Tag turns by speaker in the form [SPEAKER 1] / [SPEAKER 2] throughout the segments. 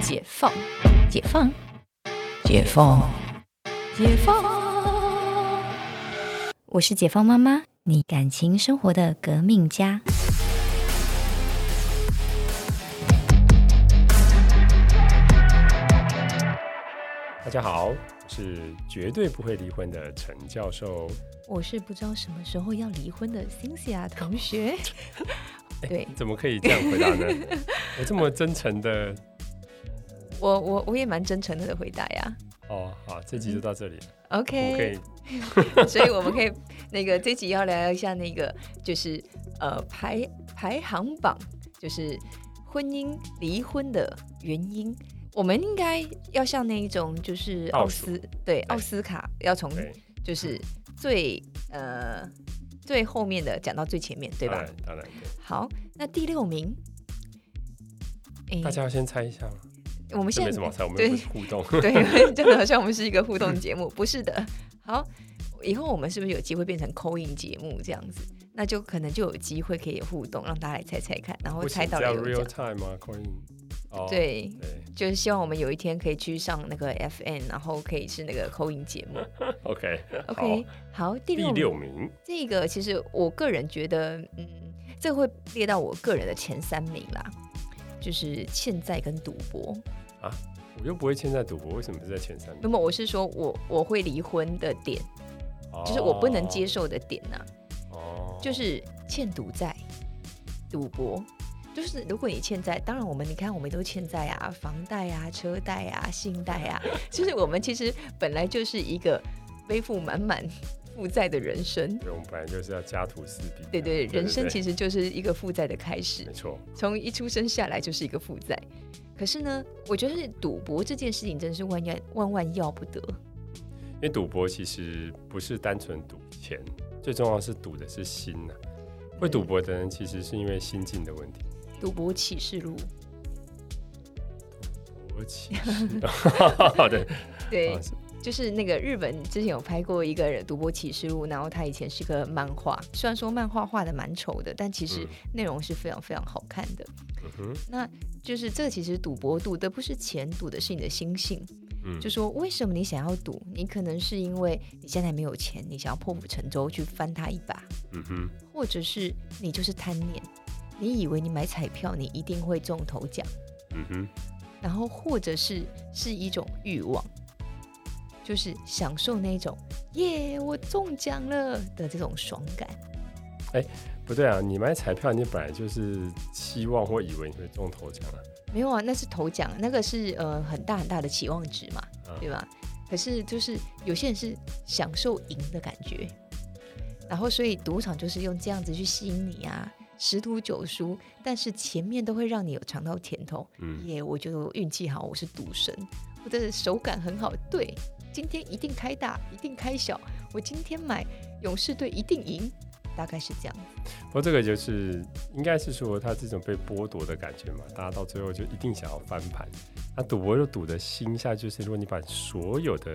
[SPEAKER 1] 解放，解放，解放，解放。
[SPEAKER 2] 我是解放妈妈，你感情生活的革命家。
[SPEAKER 3] 大家好，我是绝对不会离婚的陈教授。
[SPEAKER 4] 我是不知道什么时候要离婚的 Cynthia 同学。对，
[SPEAKER 3] 怎么可以这样回答 呢？我这么真诚的
[SPEAKER 4] 我我我也蛮真诚的回答呀。
[SPEAKER 3] 哦，好，这集就到这里了。我们可
[SPEAKER 4] OK，
[SPEAKER 3] 以
[SPEAKER 4] 所以我们可以那个这集要聊一下那个就是呃排排行榜，就是婚姻离婚的原因。我们应该要像那一种就是
[SPEAKER 3] 倒
[SPEAKER 4] 奥
[SPEAKER 3] 数
[SPEAKER 4] 斯对奥斯卡要从
[SPEAKER 3] 对
[SPEAKER 4] 就是
[SPEAKER 3] 嗯
[SPEAKER 4] 最呃最后面的讲到最前面对吧？嗯
[SPEAKER 3] 当然，当然，对
[SPEAKER 4] 好，那第六名，诶
[SPEAKER 3] 大家要先猜一下吗？
[SPEAKER 4] 我们
[SPEAKER 3] 这
[SPEAKER 4] 现
[SPEAKER 3] 没
[SPEAKER 4] 在
[SPEAKER 3] 什么好猜，我们
[SPEAKER 4] 对
[SPEAKER 3] 又不是互动。
[SPEAKER 4] 对，真的好像我们是一个互动节目，不是的。好，以后我们是不是有机会变成扣印节目这样子？那就可能就有机会可以互动，让大家来猜猜看，然后
[SPEAKER 3] 不
[SPEAKER 4] 猜
[SPEAKER 3] 行，
[SPEAKER 4] 到
[SPEAKER 3] 只
[SPEAKER 4] 了
[SPEAKER 3] 要
[SPEAKER 4] 有奖
[SPEAKER 3] real。time 吗？Coin。哦
[SPEAKER 4] 对，
[SPEAKER 3] 对
[SPEAKER 4] 就是希望我们有一天可以去上那个 FN，然后可以是那个扣印节 目。
[SPEAKER 3] ，OK。
[SPEAKER 4] OK，好，第
[SPEAKER 3] 第
[SPEAKER 4] 六名
[SPEAKER 3] 六名，
[SPEAKER 4] 这个其实我个人觉得，嗯，这个会列到我个人的前三名啦，就是欠债跟赌博。
[SPEAKER 3] 我又不会现在赌博，为什么是在前三
[SPEAKER 4] 那
[SPEAKER 3] 名？
[SPEAKER 4] 么我是说我我会离婚的点，就是我不能接受的点呐、
[SPEAKER 3] 哦，
[SPEAKER 4] 就是欠赌债、赌博。就是如果你欠债，当然我们你看我们都欠债啊，房贷啊、车贷啊、信贷啊， 就是我们其实本来就是一个背负满满负债的人生。
[SPEAKER 3] 对，我们本来就是要家徒四壁。
[SPEAKER 4] 对对，人生其
[SPEAKER 3] 实
[SPEAKER 4] 实就是一个负债的开始
[SPEAKER 3] 没。错。
[SPEAKER 4] 从一出生下来就是一个负债。可是呢，我觉得赌博这件事情真是万要万万要不得。
[SPEAKER 3] 因为赌博其实不是单纯赌钱，最重要是赌的是心呐、会赌博的人其实是因为心境的问题。
[SPEAKER 4] 赌博启示录，
[SPEAKER 3] 我其实，好的，
[SPEAKER 4] 对
[SPEAKER 3] 啊，是
[SPEAKER 4] 就是那个日本之前有拍过一个赌博启示录，然后它以前是个漫画，虽然说漫画画的蛮丑的，但其实
[SPEAKER 3] 嗯
[SPEAKER 4] 内容是非常非常好看的。
[SPEAKER 3] 嗯哼，
[SPEAKER 4] 那就是这其实赌博赌的不是钱，赌的是你的心性。
[SPEAKER 3] 嗯，
[SPEAKER 4] 就说为什么你想要赌？你可能是因为你现在没有钱，你想要破釜沉舟去翻它一把，
[SPEAKER 3] 嗯哼，
[SPEAKER 4] 或者是你就是贪念，你以为你买彩票你一定会中头奖，
[SPEAKER 3] 嗯哼，
[SPEAKER 4] 然后或者是是一种欲望，就是享受那种耶我中奖了的这种爽感。
[SPEAKER 3] 不对啊，你买彩票，你本来就是期望或以为你会中头奖啊，
[SPEAKER 4] 没有啊，那是头奖，那个是呃很大很大的期望值嘛，
[SPEAKER 3] 啊
[SPEAKER 4] 对吧？可是就是有些人是享受赢的感觉，然后所以赌场就是用这样子去吸引你啊，十赌九输，但是前面都会让你有尝到甜头，
[SPEAKER 3] 嗯，
[SPEAKER 4] 耶！我觉得我运气好，我是赌神，我的手感很好，对，今天一定开大，一定开小，我今天买勇士队一定赢，大概是这样。
[SPEAKER 3] 不过这个就是应该是说他这种被剥夺的感觉嘛，大家到最后就一定想要翻盘。那赌博就赌的心下，就是如果你把所有的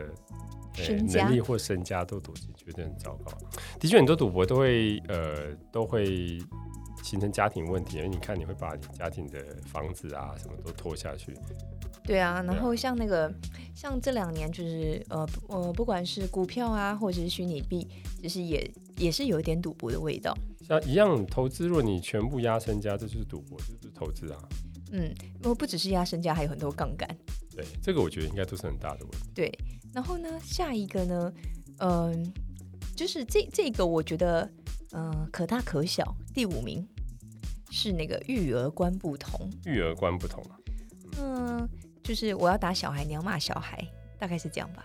[SPEAKER 3] 呃
[SPEAKER 4] 身家
[SPEAKER 3] 能力或身家都赌进去，真的很糟糕。的确，很多赌博都会呃都会形成家庭问题，因为你看你会把你家庭的房子啊什么都拖下去。
[SPEAKER 4] 对啊，
[SPEAKER 3] 对啊
[SPEAKER 4] 然后像那个，像这两年就是呃不呃，不管是股票啊，或者是虚拟币，其实也也是有一点赌博的味道。
[SPEAKER 3] 像一样投资，如果你全部压身家，这就是赌博，这就是投资啊。
[SPEAKER 4] 嗯，不不只是压身家，还有很多杠杆。
[SPEAKER 3] 对，这个我觉得应该都是很大的问题。
[SPEAKER 4] 对，然后呢，下一个呢，嗯、就是这这个我觉得，嗯、可大可小。第五名是那个育儿观不同，
[SPEAKER 3] 育儿观不同啊，
[SPEAKER 4] 嗯、就是我要打小孩，你要骂小孩，大概是这样吧。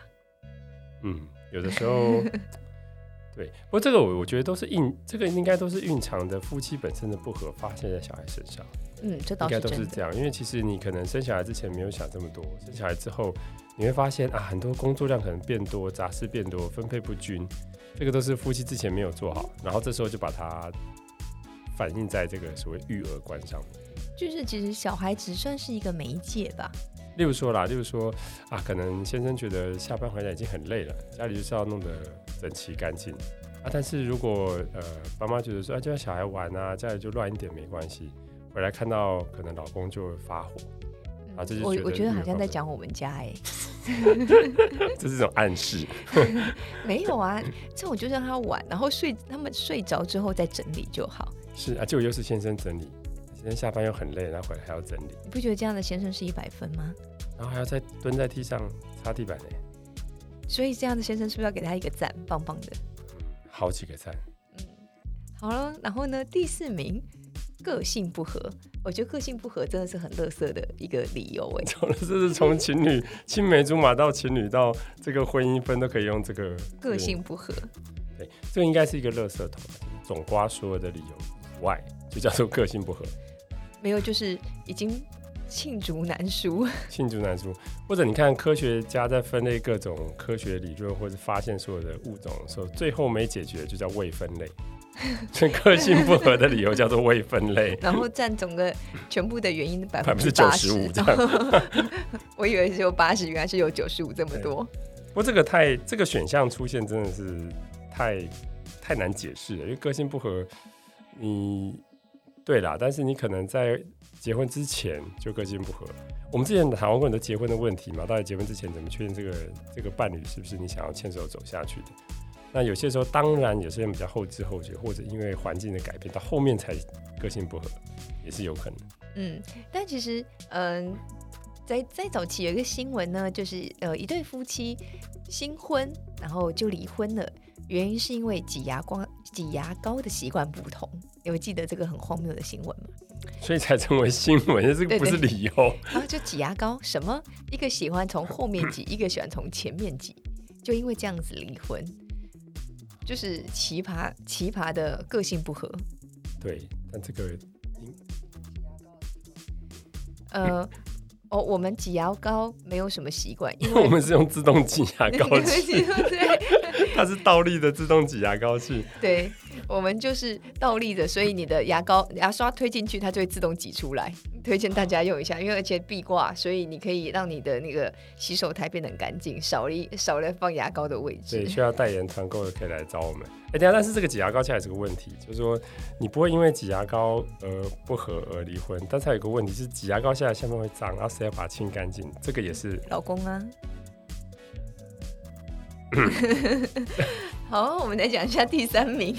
[SPEAKER 3] 嗯，有的 时候，对，不过这个我我觉得都是硬，这个应该都是蕴藏的夫妻本身的不合发泄在小孩身上，
[SPEAKER 4] 嗯，这倒
[SPEAKER 3] 应该
[SPEAKER 4] 是
[SPEAKER 3] 都
[SPEAKER 4] 真
[SPEAKER 3] 是
[SPEAKER 4] 的。
[SPEAKER 3] 这样。因为其实你可能生小孩之前没有想这么多，生小孩之后你会发现啊，很多工作量可能变多，杂事变多，分配不均，这个都是夫妻之前没有做好，然后这时候就把它反映在这个所谓育儿观上面。
[SPEAKER 4] 就是其实小孩只算是一个媒介吧。
[SPEAKER 3] 例如说啦，例如说啊，可能先生觉得下班回来已经很累了，家里就是要弄得整齐干净啊。但是如果呃爸妈觉得说啊，就让小孩玩啊，家里就乱一点没关系，回来看到可能老公就会发火，啊，这就
[SPEAKER 4] 嗯我
[SPEAKER 3] 觉得
[SPEAKER 4] 我觉得好像在
[SPEAKER 3] 讲，
[SPEAKER 4] 讲我们家哎、
[SPEAKER 3] 嗯这是一种暗示。
[SPEAKER 4] 没有 啊，这种就让他玩，然后睡他们睡着之后再整理就好。
[SPEAKER 3] 是啊，结果又是先生整理，先生下班又很累，然后回来还要整理，
[SPEAKER 4] 你不觉得这样的先生是一百分吗？
[SPEAKER 3] 然后还要再蹲在地上擦地板欸呢，
[SPEAKER 4] 所以这样的先生是不是要给他一个赞，棒棒的？
[SPEAKER 3] 好几个赞。
[SPEAKER 4] 嗯，好了，然后呢，第四名，个性不合。我觉得个性不合真的是很乐色的一个理由哎、
[SPEAKER 3] 从 这是从情侣青梅竹马到情侣到这个婚姻分都可以用这个
[SPEAKER 4] 个性不合，
[SPEAKER 3] 对，这个应该是一个垃圾桶，就是总瓜所有的理由以外，就叫做个性不合，
[SPEAKER 4] 没有就是已经罄竹难 书。，
[SPEAKER 3] 罄竹难书。或者你看科学家在分类各种科学理论或者发现所有的物种的时候，最后没解决就叫未分类。 所以个性不合的理由叫做未分类
[SPEAKER 4] 然后占总个全部的原因百
[SPEAKER 3] 百分之
[SPEAKER 4] 八
[SPEAKER 3] 九
[SPEAKER 4] 十
[SPEAKER 3] 十五这样。
[SPEAKER 4] 我以为只有八十，原来是有九十五这么多。
[SPEAKER 3] 不过这个太这个选项出现真的是太太难解释了，因为个性不合，你对啦，但是你可能在结婚之前就个性不合。我们之前谈过很多结婚的问题嘛，到底结婚之前怎么确定这个这个伴侣是不是你想要牵手走下去的？那有些时候当然有些人比较后知后觉，或者因为环境的改变，到后面才个性不合，也是有可能。
[SPEAKER 4] 嗯，但其实，嗯、在在早期有一个新闻呢，就是呃，一对夫妻新婚，然后就离婚了，原因是因为挤牙光挤牙膏的习惯不同。你们记得这个很荒谬的新闻吗？
[SPEAKER 3] 所以才成为新闻，这个
[SPEAKER 4] 对
[SPEAKER 3] 不是
[SPEAKER 4] 对
[SPEAKER 3] 理由。
[SPEAKER 4] 然啊后就挤牙膏，什么一个喜欢从后面挤，一个喜欢从前面挤，就因为这样子离婚，就是奇葩奇葩的个性不合。
[SPEAKER 3] 对，但这个
[SPEAKER 4] 呃，哦，我们挤牙膏没有什么习惯，因为
[SPEAKER 3] 我们是用自动挤牙膏器。
[SPEAKER 4] 对
[SPEAKER 3] 它是倒立的自动挤牙膏器，
[SPEAKER 4] 对，我们就是倒立的，所以你的牙膏牙刷推进去，它就会自动挤出来。推荐大家用一下，因为而且壁挂，所以你可以让你的那个洗手台变得很干净，少了一少了放牙膏的位
[SPEAKER 3] 所以
[SPEAKER 4] 置。
[SPEAKER 3] 需要代言团购的可以来找我们。哎、等一下，但是这个挤牙膏器还是个问题，就是说你不会因为挤牙膏而不合而离婚，但是还有一个问题是挤牙膏下来下面会脏，然后谁要把它清干净？这个也是
[SPEAKER 4] 老公 啊。 好，我们来讲一下第三名。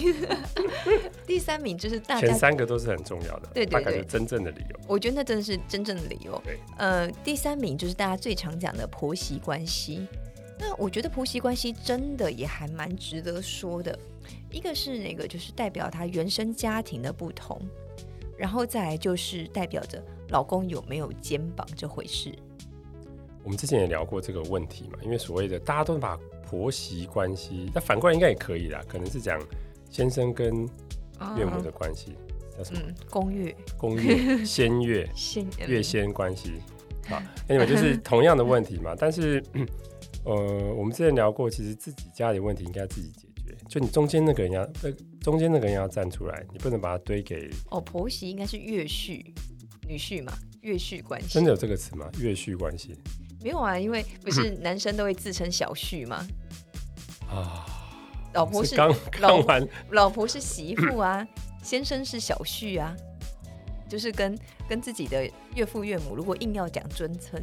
[SPEAKER 4] 第三名就是大
[SPEAKER 3] 前
[SPEAKER 4] 家
[SPEAKER 3] 三个都是很重要的，
[SPEAKER 4] 对对
[SPEAKER 3] 大概
[SPEAKER 4] 对
[SPEAKER 3] 是真正的理由。
[SPEAKER 4] 我觉得那真的是真正的理由
[SPEAKER 3] 对。
[SPEAKER 4] 呃，第三名就是大家最常讲的婆媳关系。那我觉得婆媳关系真的也还蛮值得说的。一个是那个就是代表他原生家庭的不同，然后再来就是代表着老公有没有肩膀这回事。
[SPEAKER 3] 我们之前也聊过这个问题嘛，因为所谓的大家都把婆媳关系，那反过来应该也可以啦，可能是讲先生跟岳母的关系，叫什么
[SPEAKER 4] 嗯，公寓
[SPEAKER 3] 公 岳、先岳。
[SPEAKER 4] 先
[SPEAKER 3] 月仙关 系啊，anyway 就是同样的问题嘛。但是，呃，我们之前聊过，其实自己家里问题应该自己解决，就你中间那个人要，呃，中间那个人要站出来，你不能把它堆给。
[SPEAKER 4] 哦，婆媳应该是岳婿、女婿嘛，岳婿关系
[SPEAKER 3] 真的有这个词吗？越序关系
[SPEAKER 4] 没有啊，因为不 是男生都会自称小婿吗？
[SPEAKER 3] 啊，
[SPEAKER 4] 老婆
[SPEAKER 3] 是
[SPEAKER 4] 哦是
[SPEAKER 3] 刚
[SPEAKER 4] 老
[SPEAKER 3] 刚完
[SPEAKER 4] 老婆是媳妇啊， 先生是小婿啊，就是跟跟自己的岳父岳母，如果硬要讲尊称，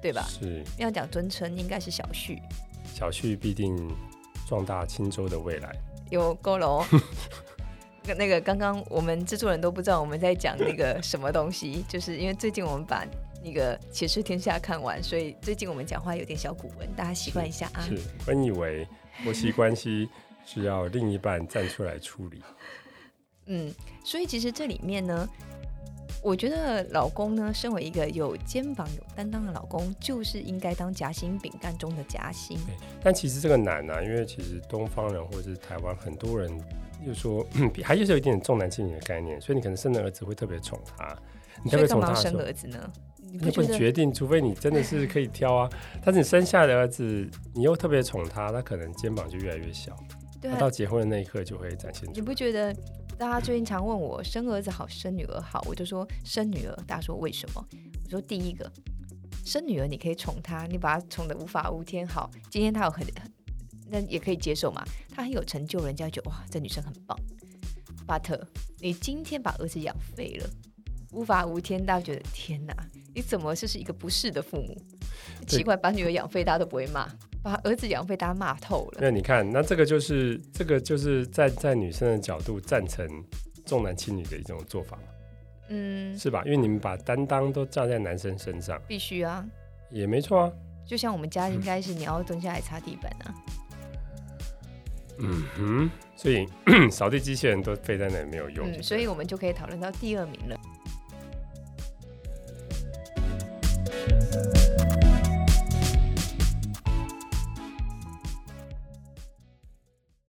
[SPEAKER 4] 对吧？
[SPEAKER 3] 是
[SPEAKER 4] 要讲尊称应该是小婿，
[SPEAKER 3] 小旭必定壮大青州的未来。
[SPEAKER 4] 有够了哦。 那那个刚刚我们制作人都不知道我们在讲那个什么东西，就是因为最近我们把那个《且试天下》看完，所以最近我们讲话有点小古文，大家习惯一下啊。
[SPEAKER 3] 是，我以为婆媳关系是要另一半站出来处理。
[SPEAKER 4] 嗯，所以其实这里面呢，我觉得老公呢，身为一个有肩膀、有担当的老公，就是应该当夹心饼干中的夹心。
[SPEAKER 3] 但其实这个难啊，因为其实东方人或者是台湾很多人，就说 还就是有一点重男轻女的概念，所以你可能生了儿子会特别宠他，你特
[SPEAKER 4] 所以干
[SPEAKER 3] 别宠
[SPEAKER 4] 嘛
[SPEAKER 3] 他
[SPEAKER 4] 要
[SPEAKER 3] 的时
[SPEAKER 4] 生
[SPEAKER 3] 候，啊
[SPEAKER 4] 儿子呢？你
[SPEAKER 3] 你
[SPEAKER 4] 不
[SPEAKER 3] 不
[SPEAKER 4] 觉
[SPEAKER 3] 能
[SPEAKER 4] 得？
[SPEAKER 3] 决定，除非你真的是可以挑啊。但是你生下的儿子，你又特别宠他，他可能肩膀就越来越小，
[SPEAKER 4] 对
[SPEAKER 3] 他
[SPEAKER 4] 啊
[SPEAKER 3] 到，结婚的那一刻就会展现
[SPEAKER 4] 你
[SPEAKER 3] 出。
[SPEAKER 4] 不觉得？大家最近常问我生儿子好，生女儿好，我就说生女儿。大家说为什么？我说第一个，生女儿你可以宠她，你把她宠得无法无天好，今天她有很，很那也可以接受嘛，她很有成就，人家觉得哇，这女生很棒。But 你今天把儿子养废了，无法无天，大家觉得天哪，你怎么就是一个不是的父母？奇怪，把女儿养废，大家都不会骂；把儿子养废，大家骂透了。
[SPEAKER 3] 那你看，那这个就是这个就是站在女生的角度赞成重男轻女的一种做法，
[SPEAKER 4] 嗯，
[SPEAKER 3] 是吧？因为你们把担当都站在男生身上，
[SPEAKER 4] 必须啊。
[SPEAKER 3] 也没错啊。
[SPEAKER 4] 就像我们家应该是你要蹲下来擦地板啊，
[SPEAKER 3] 嗯 嗯哼，所以扫地机器人都废在那里没有用。
[SPEAKER 4] 嗯，所以我们就可以讨论到第二名了。